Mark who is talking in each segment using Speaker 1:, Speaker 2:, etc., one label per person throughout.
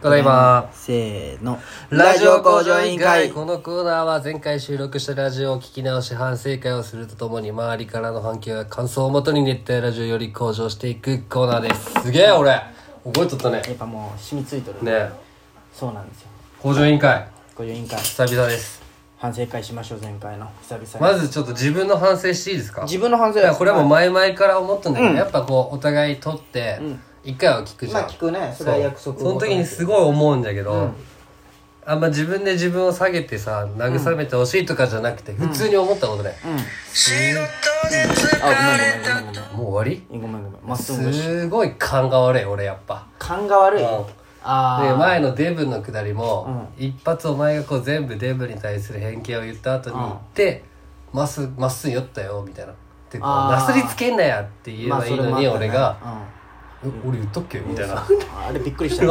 Speaker 1: ただいま
Speaker 2: せーの
Speaker 1: ラジオ工場委員会このコーナーは前回収録したラジオを聞き直し反省会をするとともに周りからの反響や感想をもとに熱帯ラジオより向上していくコーナーですすげえ俺覚えとったね
Speaker 2: やっぱもう染みついとる
Speaker 1: ねえ
Speaker 2: そうなんですよ
Speaker 1: 工場委員会
Speaker 2: ご委員会
Speaker 1: 久々です
Speaker 2: 反省会しましょう前回の久々に、
Speaker 1: まずちょっと自分の反省していいですか
Speaker 2: 自分の反省
Speaker 1: いやこれはもう前々から思ったんだけど、やっぱこうお互い取って一回は聞くじゃん、
Speaker 2: まあ聞くねそれは約束を
Speaker 1: そうその時にすごい思うんだけど、あんま自分で自分を下げてさ慰めてほしいとかじゃなくて、普通に思ったことね、
Speaker 2: あごめんごめんごめんごめん
Speaker 1: もう終わり
Speaker 2: ごめんごめんまっすぐし
Speaker 1: すごい勘が悪い俺やっぱ
Speaker 2: 勘が悪い、
Speaker 1: うん
Speaker 2: あ
Speaker 1: で
Speaker 2: ー
Speaker 1: 前のデブのくだりも、一発お前がこう全部デブに対する偏見を言った後に言って「まっすまっすん酔ったよ」みたいな「でこう
Speaker 2: あ
Speaker 1: な
Speaker 2: ー
Speaker 1: すりつけんなや」って言えばいいのに、俺が「
Speaker 2: が、
Speaker 1: え俺言っとっけ?」みたいな
Speaker 2: うん、あれびっくりしたね、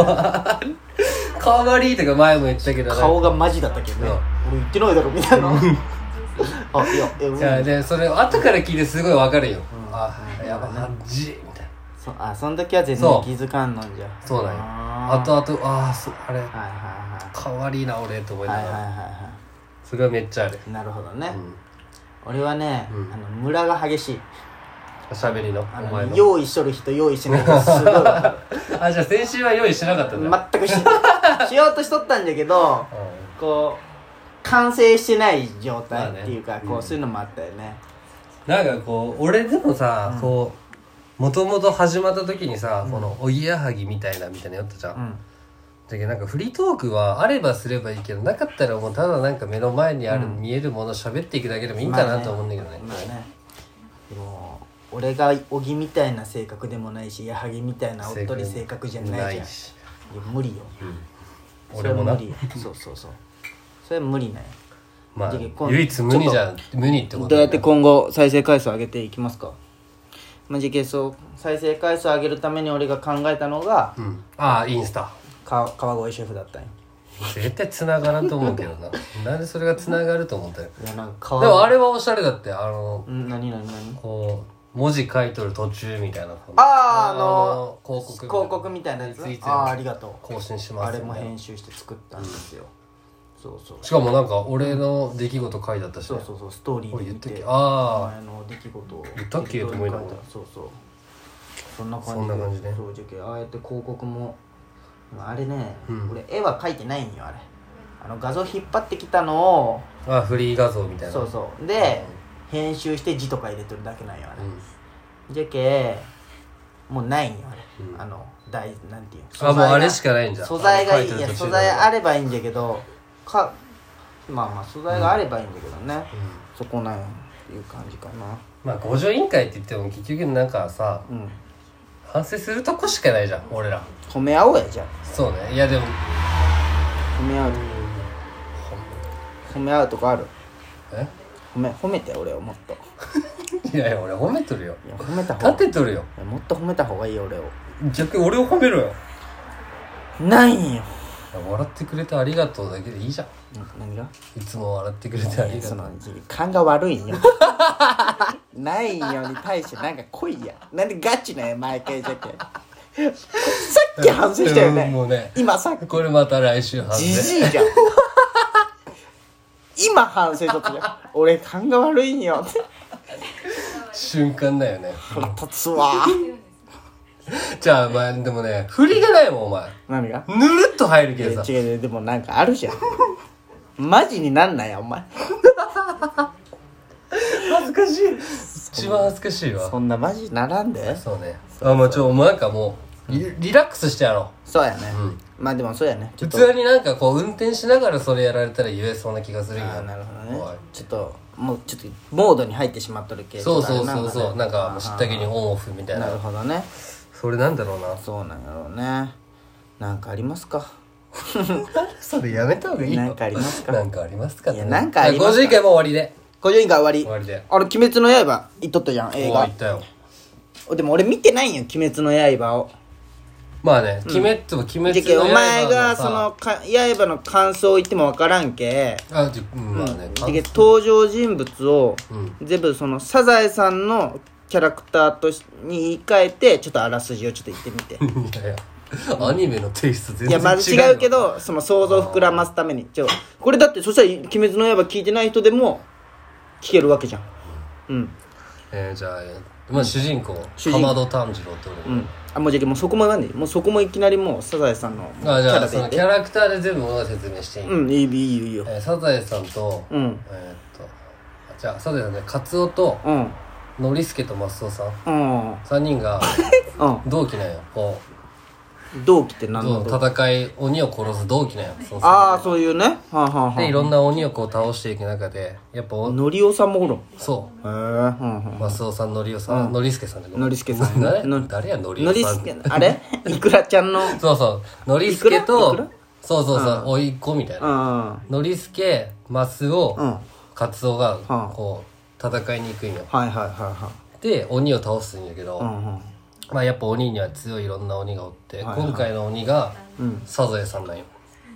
Speaker 1: 顔が悪いとか前も言ったけどね
Speaker 2: 顔がマジだったけどね
Speaker 1: そう
Speaker 2: 俺言ってないだろみたいな あいやえうん
Speaker 1: じゃあでそれ後から聞いてすごいわかるよ、あやばマジみたいな
Speaker 2: そあその時は全
Speaker 1: そ
Speaker 2: 然
Speaker 1: う
Speaker 2: 気づかんのんじゃ
Speaker 1: そうなんよ
Speaker 2: あ
Speaker 1: 後々ああそうあれ
Speaker 2: はいは
Speaker 1: 顔悪いな俺と思い
Speaker 2: い
Speaker 1: な
Speaker 2: はいは
Speaker 1: がら、
Speaker 2: いはいはいは
Speaker 1: それはめっちゃある
Speaker 2: いなるほどね、
Speaker 1: うん
Speaker 2: 俺はね、
Speaker 1: うん
Speaker 2: あのムラが激しい
Speaker 1: おしゃべりの
Speaker 2: あ
Speaker 1: お前
Speaker 2: の
Speaker 1: の
Speaker 2: 用意しとる人用意しない人すごいわ
Speaker 1: あじゃあ先週は用意してなかった んだ、
Speaker 2: 全くし しようとしとったんだけど
Speaker 1: うん
Speaker 2: こう完成してない状
Speaker 1: ま
Speaker 2: 態
Speaker 1: あね
Speaker 2: っていうか、こうそういうのもあったよね、
Speaker 1: なんかこう俺でもさ、こうもともと始まった時にさ、このおぎやはぎみたいなみたいなのやったじゃん、
Speaker 2: うん
Speaker 1: だけどなんかフリートークはあればすればいいけどなかったらもうただなんか目の前にある、見えるもの喋っていくだけでもいいかなと思うんだけどね,、
Speaker 2: まあねでも俺が小木みたいな性格でもないし矢作みたいなおっとり性格じゃないじゃんい
Speaker 1: し
Speaker 2: や無理よ、
Speaker 1: 俺もな
Speaker 2: それは無理よそうそうそうそれは無理なんよ
Speaker 1: まあ
Speaker 2: じゃあ今度
Speaker 1: 唯一無二じゃん無二ってこと
Speaker 2: どう
Speaker 1: だ
Speaker 2: や
Speaker 1: よ
Speaker 2: って
Speaker 1: ね
Speaker 2: 今後再生回数上げていきますかマジケそう再生回数上げるために俺が考えたのが
Speaker 1: うんああインスタ
Speaker 2: か川越シェフだったんよ
Speaker 1: 絶対繋がらんと思うけどななんでそれが繋がると思ったよ
Speaker 2: いやなんか
Speaker 1: で
Speaker 2: 川
Speaker 1: もあれはおしゃれだってあの
Speaker 2: ん何何何
Speaker 1: こう文字書いとる途中みたいなこう
Speaker 2: あああの
Speaker 1: 広告みたいな
Speaker 2: 広告みたいなやつ
Speaker 1: いついつ
Speaker 2: ああありがとう
Speaker 1: 更新しま
Speaker 2: あ
Speaker 1: す
Speaker 2: れ
Speaker 1: み
Speaker 2: も
Speaker 1: たいな
Speaker 2: 編集して作ったんですよそうそう
Speaker 1: しかもなんか俺の出来事書いてあったし
Speaker 2: そうそうそうストーリー
Speaker 1: 俺
Speaker 2: で
Speaker 1: 言っ
Speaker 2: 見
Speaker 1: たってけああ
Speaker 2: 前の出来事を
Speaker 1: 言ったっけ
Speaker 2: 適当に
Speaker 1: と思いながら
Speaker 2: 書たそうそうそんな感じ
Speaker 1: そんな感じね
Speaker 2: そうじゃけああやって広告もあれね、
Speaker 1: うん
Speaker 2: 俺絵は描いてないんよあれあの画像引っ張ってきたのを
Speaker 1: あフリー画像みたいな
Speaker 2: そうそうで編集して字とか入れてるだけなんよあれ、
Speaker 1: うん
Speaker 2: じゃけもうないんよあれ、
Speaker 1: うん
Speaker 2: あの大なんていうの素
Speaker 1: あも
Speaker 2: 材
Speaker 1: う
Speaker 2: が
Speaker 1: あれしかないんじゃん
Speaker 2: 素材が
Speaker 1: あ
Speaker 2: いいい
Speaker 1: の書いて
Speaker 2: や
Speaker 1: る途中
Speaker 2: 素
Speaker 1: で
Speaker 2: 材あればいいんだけどかまあまあ素材があればいいんだけどね、
Speaker 1: うん
Speaker 2: そこなんよっていう感じかな
Speaker 1: まあ五条委員会って言っても結局なんかさ
Speaker 2: うん
Speaker 1: 反省するとこしかないじゃん俺ら
Speaker 2: 褒め合おうやじゃ
Speaker 1: そうねいやでも
Speaker 2: あ褒め合う褒め合うとこある
Speaker 1: え
Speaker 2: 褒め褒めて俺をもっと
Speaker 1: いやいや俺褒めとるよ
Speaker 2: いや褒めた方が
Speaker 1: 立てとるよ
Speaker 2: いやもっと褒めた方がいいよ俺を
Speaker 1: 逆に俺を褒めろよ
Speaker 2: ないんよ
Speaker 1: 笑ってくれてありがとうだけでいいじゃん
Speaker 2: ん何が
Speaker 1: いつも笑ってくれてありがと
Speaker 2: そ
Speaker 1: う
Speaker 2: の勘が悪いんよ ないんよに対してなんか来いやなんでガチなんや毎回じゃけさっき反省したよ
Speaker 1: うん
Speaker 2: ね
Speaker 1: もうね
Speaker 2: 今さっき
Speaker 1: これまた来週反
Speaker 2: じ
Speaker 1: 省
Speaker 2: じいじゃん今反省しとったじゃん俺勘が悪いんよって
Speaker 1: 瞬間だよね
Speaker 2: 腹立つわ
Speaker 1: じゃあまあでもね振りがないもんお前
Speaker 2: 何が
Speaker 1: ぬるっと入るけ
Speaker 2: い
Speaker 1: ど
Speaker 2: や
Speaker 1: さ
Speaker 2: 違う違うでもなんかあ るじゃんマジになんなやお前
Speaker 1: 恥ずかしい一番恥ずかしいわ
Speaker 2: そんなマジにならんで
Speaker 1: そうねあまあちょもうなんかもうリリラックスしてやろ
Speaker 2: そうやね、
Speaker 1: うん
Speaker 2: まあでもそうやねち
Speaker 1: う
Speaker 2: ょっ
Speaker 1: 普
Speaker 2: と
Speaker 1: 通になんかこう運転しながらそれやられたら言えそうな気がするけど
Speaker 2: あーなるほどね
Speaker 1: おい
Speaker 2: ちょっともうちょっとモードに入ってしまっとるけ
Speaker 1: そうそうそうそうなんかもう知
Speaker 2: 知
Speaker 1: ったけにオンオフみたい
Speaker 2: な
Speaker 1: な
Speaker 2: るほどね
Speaker 1: それなんだろうな
Speaker 2: そうなんやろうねなんかありますか
Speaker 1: それやめた方がいいよ
Speaker 2: なんかありますか
Speaker 1: なんかありますか
Speaker 2: いやなんかありますか
Speaker 1: 50回もう終わりで
Speaker 2: 個人が終わり
Speaker 1: 終わりで
Speaker 2: あれ「鬼滅の刃」行っとったじゃん映
Speaker 1: おい
Speaker 2: 画
Speaker 1: 行ったよ
Speaker 2: でも俺見てないんよ「鬼滅の刃」を
Speaker 1: まあね、鬼滅も鬼滅
Speaker 2: じゃけ
Speaker 1: の刃
Speaker 2: お前が
Speaker 1: さ
Speaker 2: そのか刃の感想を言っても分からんけ
Speaker 1: あ、じうんまあね、
Speaker 2: で登場人物を
Speaker 1: う
Speaker 2: 全部そのサザ エさんのキャラクターとしに言い換えてちょっとあらすじをちょっと言ってみて
Speaker 1: いやいやアニメのテイスト全
Speaker 2: いや
Speaker 1: 然違う
Speaker 2: まず違うけ
Speaker 1: ど
Speaker 2: どその想像を膨らますためにちょこれだってそしたら「鬼滅の刃」聞いてない人でも聞けるわけじゃんうん
Speaker 1: えー、じゃあ、えーまあ、主人公
Speaker 2: 主人
Speaker 1: かまど炭治郎ってこと
Speaker 2: うんあもうじゃあもうそこも言わんでいいもうそこもいきなりもうサザエさんのキ
Speaker 1: あじ
Speaker 2: ャ
Speaker 1: ゃ
Speaker 2: ラ
Speaker 1: あ
Speaker 2: で
Speaker 1: そ
Speaker 2: い
Speaker 1: の
Speaker 2: っ
Speaker 1: キ
Speaker 2: て
Speaker 1: ャラクターで全部物語説明していい、
Speaker 2: うんいいよいいよいいよ
Speaker 1: えーサザエさんと、
Speaker 2: うん
Speaker 1: えーっとあじゃあサザエさんねカツオと
Speaker 2: うん
Speaker 1: ノリスケとマスオさん
Speaker 2: うん
Speaker 1: 3人が
Speaker 2: う
Speaker 1: 同期なんよこ
Speaker 2: ん同期って
Speaker 1: う
Speaker 2: 何
Speaker 1: ど
Speaker 2: の
Speaker 1: う
Speaker 2: 同期
Speaker 1: 戦い鬼を殺す同期なんよそうそう
Speaker 2: ああそういうねはあ、はあはあ、
Speaker 1: でいろんな鬼をこう倒していく中でやっぱお
Speaker 2: のりおさんもおるんへ
Speaker 1: そ
Speaker 2: えうん
Speaker 1: うマスオさんノリオさんノリスケさんだけど
Speaker 2: ノリスケさ ん
Speaker 1: 誰
Speaker 2: の
Speaker 1: 誰やノ
Speaker 2: うん
Speaker 1: リ
Speaker 2: の
Speaker 1: オ
Speaker 2: り
Speaker 1: さ
Speaker 2: す
Speaker 1: ん
Speaker 2: けあ れいくらちゃんのうん
Speaker 1: そうそうノリスケと
Speaker 2: いくらいく
Speaker 1: そうそうそう甥いっ子みたいな
Speaker 2: は
Speaker 1: ノリスケマスオ、
Speaker 2: うん
Speaker 1: カツオが
Speaker 2: うん
Speaker 1: こう戦いに行くんよ
Speaker 2: いはいはいは
Speaker 1: で鬼を倒すんやけど、
Speaker 2: いうんうん
Speaker 1: まあやっぱ鬼には強いいろんな鬼がおって、
Speaker 2: はいはい
Speaker 1: 今回の鬼が
Speaker 2: うん
Speaker 1: サザエさんなんよ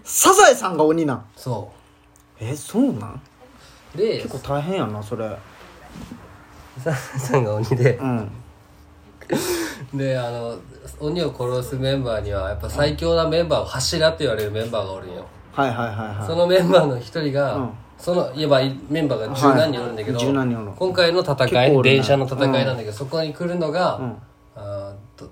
Speaker 2: サザエさんが鬼なん
Speaker 1: そ
Speaker 2: えそうなん
Speaker 1: うで
Speaker 2: 結構大変やなそれ
Speaker 1: サザエさんが鬼で
Speaker 2: うん
Speaker 1: であの鬼を殺すメンバーにはやっぱ最強なメンバーを柱って言われるメンバーがおるんよ
Speaker 2: はいはいはい
Speaker 1: そ
Speaker 2: は
Speaker 1: のメンバーの一人が、
Speaker 2: うん
Speaker 1: そのいえばメンバーが十何人おるんだけど、
Speaker 2: はい十何人おる
Speaker 1: 今回の戦
Speaker 2: 結構お
Speaker 1: い
Speaker 2: るね
Speaker 1: 電車の戦いなんだけど、そこに来るのが、
Speaker 2: ん
Speaker 1: あーっと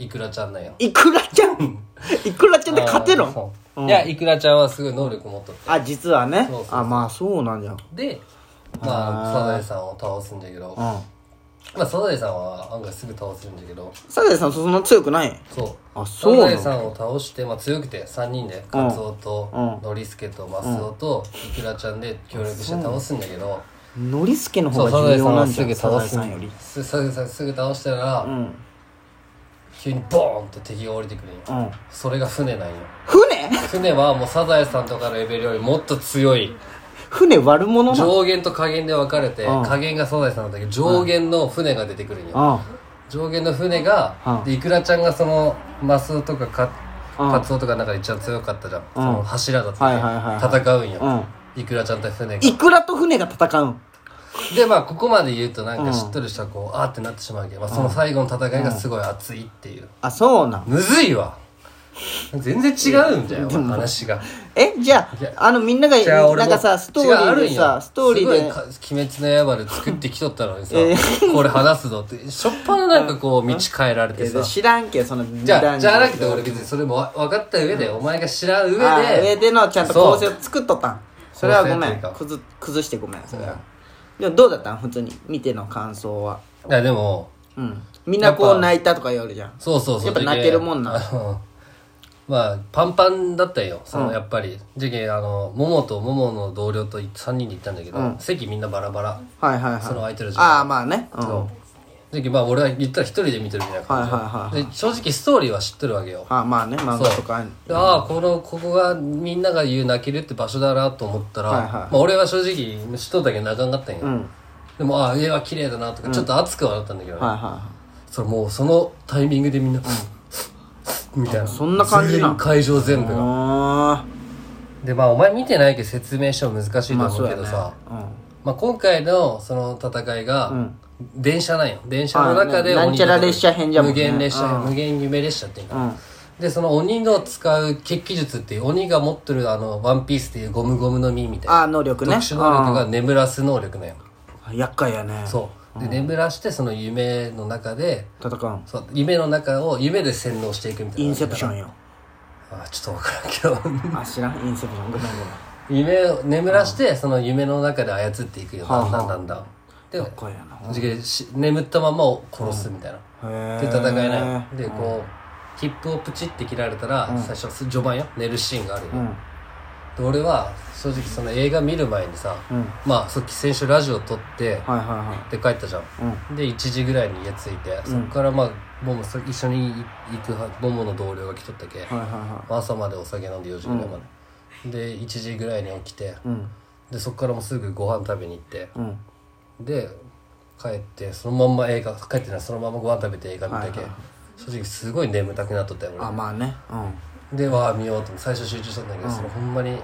Speaker 1: いくらちゃんなんよ
Speaker 2: いいくらちゃん いくらちゃんで勝てる
Speaker 1: あー
Speaker 2: ん
Speaker 1: そういやいくらちゃんはすごい能力持っとる
Speaker 2: あ実はね
Speaker 1: そうそうそう
Speaker 2: あまあそうなんじゃん
Speaker 1: でまあ
Speaker 2: あー
Speaker 1: サザエさんを倒すんだけど、まあサザエさんは案外すぐ倒せるんだけど
Speaker 2: サザエさんそんな強くない
Speaker 1: そう
Speaker 2: あそうな
Speaker 1: サ
Speaker 2: の
Speaker 1: ザエさんを倒して、まあ、強くて3人でカツオと
Speaker 2: うん
Speaker 1: ノリスケとマスオとイクラちゃんで協力して倒すんだけど、
Speaker 2: ノリスケの
Speaker 1: そう
Speaker 2: 方が
Speaker 1: サザエ
Speaker 2: 重
Speaker 1: さ
Speaker 2: 要
Speaker 1: ん
Speaker 2: な
Speaker 1: は
Speaker 2: んじ
Speaker 1: す
Speaker 2: ゃん
Speaker 1: ぐ
Speaker 2: サザ
Speaker 1: 倒
Speaker 2: エ
Speaker 1: す
Speaker 2: さんより
Speaker 1: すサザエさんすぐ倒したら、
Speaker 2: うんうん
Speaker 1: 急にボーンと敵が降りてくるんよ、それが船なんよ
Speaker 2: 船
Speaker 1: 船はもうサザエさんとかのレベルよりもっと強い
Speaker 2: 船悪者なの
Speaker 1: 上限と下限で分かれて、
Speaker 2: うん
Speaker 1: 下限がサザエさんなんだけど上限の船が出てくるんよ、
Speaker 2: あ
Speaker 1: 上限の船が、
Speaker 2: うん
Speaker 1: でイクラちゃんがそのマスオとかカ,、
Speaker 2: うん
Speaker 1: カツオとかの中で一番強かったじゃん、その柱だった
Speaker 2: はいはいはいはい
Speaker 1: 戦うんよ、
Speaker 2: あ
Speaker 1: イクラちゃんと船が
Speaker 2: うんいくらと船が戦うん
Speaker 1: でまあここまで言うとなんか知っとる人はこう、あーってなってしまうけど、まあ、その最後の戦いがすごい熱いっていう、
Speaker 2: あそうなん
Speaker 1: むずいわ全然違うんだよ話が
Speaker 2: えじゃ
Speaker 1: いや
Speaker 2: ああのみんなが
Speaker 1: じゃあ俺
Speaker 2: なん
Speaker 1: も
Speaker 2: かさストーリーで
Speaker 1: 違うあるん
Speaker 2: さ
Speaker 1: よ
Speaker 2: ストーリー
Speaker 1: すごい
Speaker 2: で
Speaker 1: か鬼滅の刃」で作ってきとったのにさ
Speaker 2: え
Speaker 1: これ話すぞってしょっぱななんかこう道変えられてさ
Speaker 2: 知らんけその
Speaker 1: じゃあ、
Speaker 2: 乱
Speaker 1: じゃあな
Speaker 2: け
Speaker 1: くて俺別にそれもわ分かった上で、お前が知らん上で。
Speaker 2: あ上でのちゃんと
Speaker 1: そう
Speaker 2: 構成を作っとったんそれはごめ
Speaker 1: 構成
Speaker 2: ん
Speaker 1: というか
Speaker 2: 崩崩してごめんそれは、でもどうだったん普通に見ての感想はい
Speaker 1: や、でも、
Speaker 2: うんみんなこ
Speaker 1: やっ
Speaker 2: う
Speaker 1: ぱ
Speaker 2: 泣いたとか言うじゃん
Speaker 1: そうそうそう。
Speaker 2: やっぱ泣けるもん な
Speaker 1: あのまあ、パンパンだったよ。その、やっぱり。事件、あの、ももとももの同僚と3人で行ったんだけど、席みんなバラバラ。
Speaker 2: はいはいはい
Speaker 1: その空いてる時間
Speaker 2: ああまあねうん
Speaker 1: そう事件、まあ俺は言ったら一人で見てるみたいな感じ。
Speaker 2: はいはいはい
Speaker 1: で
Speaker 2: は
Speaker 1: 正直ストーリーは知ってるわけよ。
Speaker 2: ああまあね漫画とか
Speaker 1: でああこのここがみんなが言う泣けるって場所だなと思ったら、
Speaker 2: はいはい
Speaker 1: まあ、俺は正直知っとったけど泣かんかったんよ、
Speaker 2: ん
Speaker 1: でもああ絵は綺麗だなとかちょっと熱くはなったんだけどね、
Speaker 2: はいは
Speaker 1: それもうそのタイミングでみんな、みたいな
Speaker 2: そんな感じな
Speaker 1: 全
Speaker 2: ん
Speaker 1: 員会場全部
Speaker 2: いはい
Speaker 1: が
Speaker 2: あ
Speaker 1: でまあお前見てないけど説明しても難しいと思うけどさ、まあ
Speaker 2: あうん
Speaker 1: 今回のその戦いが、
Speaker 2: ん
Speaker 1: 電車なんよ電車の中で
Speaker 2: あな
Speaker 1: 鬼と戦う
Speaker 2: なんちゃら列車編じゃもんね
Speaker 1: 無限列車編、
Speaker 2: うん
Speaker 1: 無限夢列車っていうの、
Speaker 2: うん
Speaker 1: でその鬼の使う血気術っていう鬼が持ってるあのワンピースっていうゴムゴムの実みたいな
Speaker 2: ああ能力ね
Speaker 1: 特殊能力が眠らす能力なんよ
Speaker 2: うん厄介やね
Speaker 1: そうで眠らしてその夢の中で
Speaker 2: 戦うん
Speaker 1: そう夢の中を夢で洗脳していくみたいな
Speaker 2: インセプションよ
Speaker 1: あーちょっと分からんけど
Speaker 2: あ知らんインセプションごめんごめん
Speaker 1: 夢を眠らしてその夢の中で操っていくよ
Speaker 2: はあ
Speaker 1: だ
Speaker 2: はあ
Speaker 1: んだんだんだんで
Speaker 2: 厄介やな
Speaker 1: じゃあし眠ったままを殺すみたいな、
Speaker 2: へ
Speaker 1: で
Speaker 2: え
Speaker 1: 戦いないでこうヒップをプチって切られたら、最初序盤よ寝るシーンがあるよ、
Speaker 2: うん
Speaker 1: で俺は正直その映画見る前にさ、
Speaker 2: うん
Speaker 1: まあそう先週ラジオ撮って
Speaker 2: はいはいは
Speaker 1: で帰ったじゃん、で1時ぐらいに家着いて、そっからまあももそ一緒に行くはももの同僚が来とったけ、
Speaker 2: いはいはいは
Speaker 1: 朝までお酒飲んで4時ぐらいまで、で1時ぐらいに起きて、
Speaker 2: いうん
Speaker 1: でそっからもうすぐご飯食べに行って
Speaker 2: うん
Speaker 1: で帰ってそのまんま映画帰ってないそのままご飯食べて映画見たけ、
Speaker 2: はいはい
Speaker 1: 正直すごい眠たくなっとったよ俺
Speaker 2: あまあねうん
Speaker 1: でわあ見ようと思って最初集中したんだけど、そのほんまに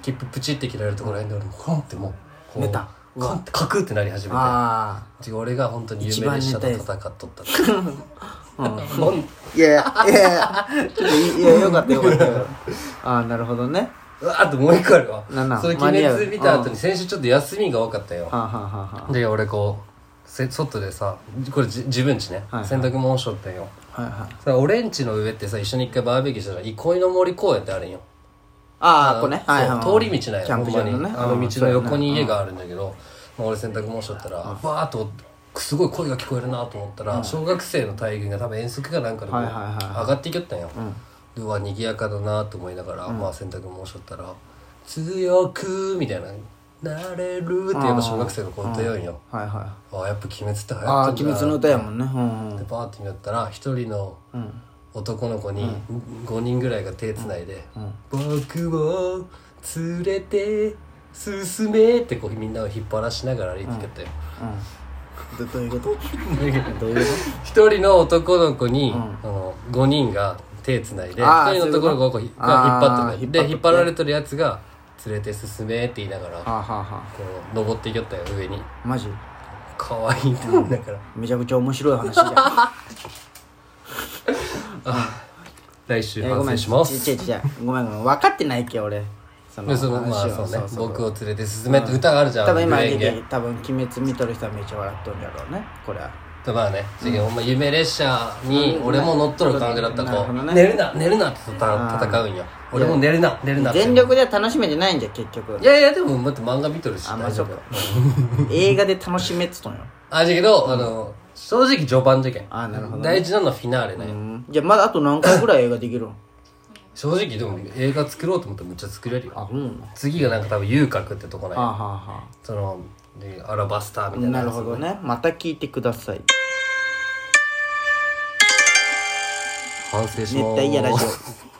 Speaker 1: 切符プチって切られるところら辺で俺もコンってもうこう
Speaker 2: 寝た
Speaker 1: コンってカクってなり始め
Speaker 2: あ
Speaker 1: て違う俺が本当に
Speaker 2: 一
Speaker 1: 夢
Speaker 2: 番
Speaker 1: 列車と
Speaker 2: 寝た
Speaker 1: 戦
Speaker 2: やつ
Speaker 1: っとった
Speaker 2: あ
Speaker 1: 飲ん
Speaker 2: いやいやいやいやよかったよかったよ ああなるほどね
Speaker 1: うわーってもう一個あるわ
Speaker 2: なんなん
Speaker 1: それ
Speaker 2: 間
Speaker 1: 鬼
Speaker 2: に合う
Speaker 1: 滅見た後に先週ちょっと休みが多かったよ
Speaker 2: はあ、はあはあは
Speaker 1: で俺こうせ外でさこれじ自分家ね、
Speaker 2: はいはい
Speaker 1: 洗濯物干しとったんよ
Speaker 2: あはいはい
Speaker 1: さ俺ん家の上ってさ一緒に一回バーベキューしたら憩いの森公園ってあるんよ
Speaker 2: ああこれね
Speaker 1: そう
Speaker 2: はいはいはい
Speaker 1: 通り道なんや
Speaker 2: キャンプ場
Speaker 1: ほ
Speaker 2: の
Speaker 1: んま
Speaker 2: ね
Speaker 1: にあの道の横に家
Speaker 2: が
Speaker 1: があるんだけど、まあ、俺洗濯物しとったらバーッとすごい声が聞こえるなと思ったら、小学生の大群が多分遠足かなんかでこう
Speaker 2: は
Speaker 1: 上
Speaker 2: いはいはい
Speaker 1: がっていきよったんよ、でうわ賑やかだなと思いながら、まあ洗濯物しとったら「強く」みたいな「なれる」ってやっぱ小学生の子歌よんよ、
Speaker 2: はいはい
Speaker 1: ああやっぱ鬼滅って流行ってんだ
Speaker 2: ああ
Speaker 1: な
Speaker 2: 鬼滅の歌やもんねうんうん
Speaker 1: でバーって見よったら一人の男の子に5人ぐらいが手つないで「僕を連れて進め」ってこうみんなを引っ張らしながら歩いてきて
Speaker 2: どどういうことどういうこ
Speaker 1: 一人の男の子に、あの5人が手つないで
Speaker 2: あー
Speaker 1: 一人の男の子がこうひが
Speaker 2: あー
Speaker 1: 引っ張っててで引
Speaker 2: 引っ張っとって
Speaker 1: っ張られてるやつが「連れて進め」って言いながら
Speaker 2: と
Speaker 1: こ
Speaker 2: はあはあは
Speaker 1: う登っていきよったよ上に
Speaker 2: あマジ
Speaker 1: 可愛いと思いながら
Speaker 2: めちゃくちゃ面白い話じゃん
Speaker 1: 来週
Speaker 2: いやご
Speaker 1: 反
Speaker 2: めん
Speaker 1: 省します
Speaker 2: ちちちちごめんごめん分かってないっけ俺そ
Speaker 1: でそのま
Speaker 2: 話
Speaker 1: あ
Speaker 2: を
Speaker 1: そうね
Speaker 2: そう
Speaker 1: 僕を連れて進めって歌があるじゃん
Speaker 2: 多分今
Speaker 1: グレンゲ
Speaker 2: 多分鬼滅見とる人はめっちゃ笑っとんやろうねこれは
Speaker 1: まあね次ほんま夢列車に俺も乗っとる感じだった
Speaker 2: なるほど
Speaker 1: 子
Speaker 2: ね
Speaker 1: 寝るな寝るなってた戦うんよ俺も寝るな寝るなって
Speaker 2: 全力では楽しめてないんじゃ結局
Speaker 1: いやいやでも待って漫画見とるし
Speaker 2: あまあ
Speaker 1: 大丈
Speaker 2: そっ
Speaker 1: 夫
Speaker 2: か映画で楽しめっつとんよ
Speaker 1: あだけどあの正直序盤じゃけん
Speaker 2: あなるほどね
Speaker 1: 大事なのはフィナーレね
Speaker 2: うんじゃあまだあと何回ぐらい映画できるん
Speaker 1: 正直でも映画作ろうと思ったらむっちゃ作れるよ
Speaker 2: あうん
Speaker 1: 次がなんか多分遊郭ってとこ
Speaker 2: あ
Speaker 1: な
Speaker 2: はいあは
Speaker 1: そのでアラバスター
Speaker 2: あ
Speaker 1: みたいな
Speaker 2: な
Speaker 1: やつ
Speaker 2: るほどねまた聞いてください
Speaker 1: 反省し
Speaker 2: 熱
Speaker 1: ま
Speaker 2: 帯夜ラジ
Speaker 1: ー
Speaker 2: オ
Speaker 1: す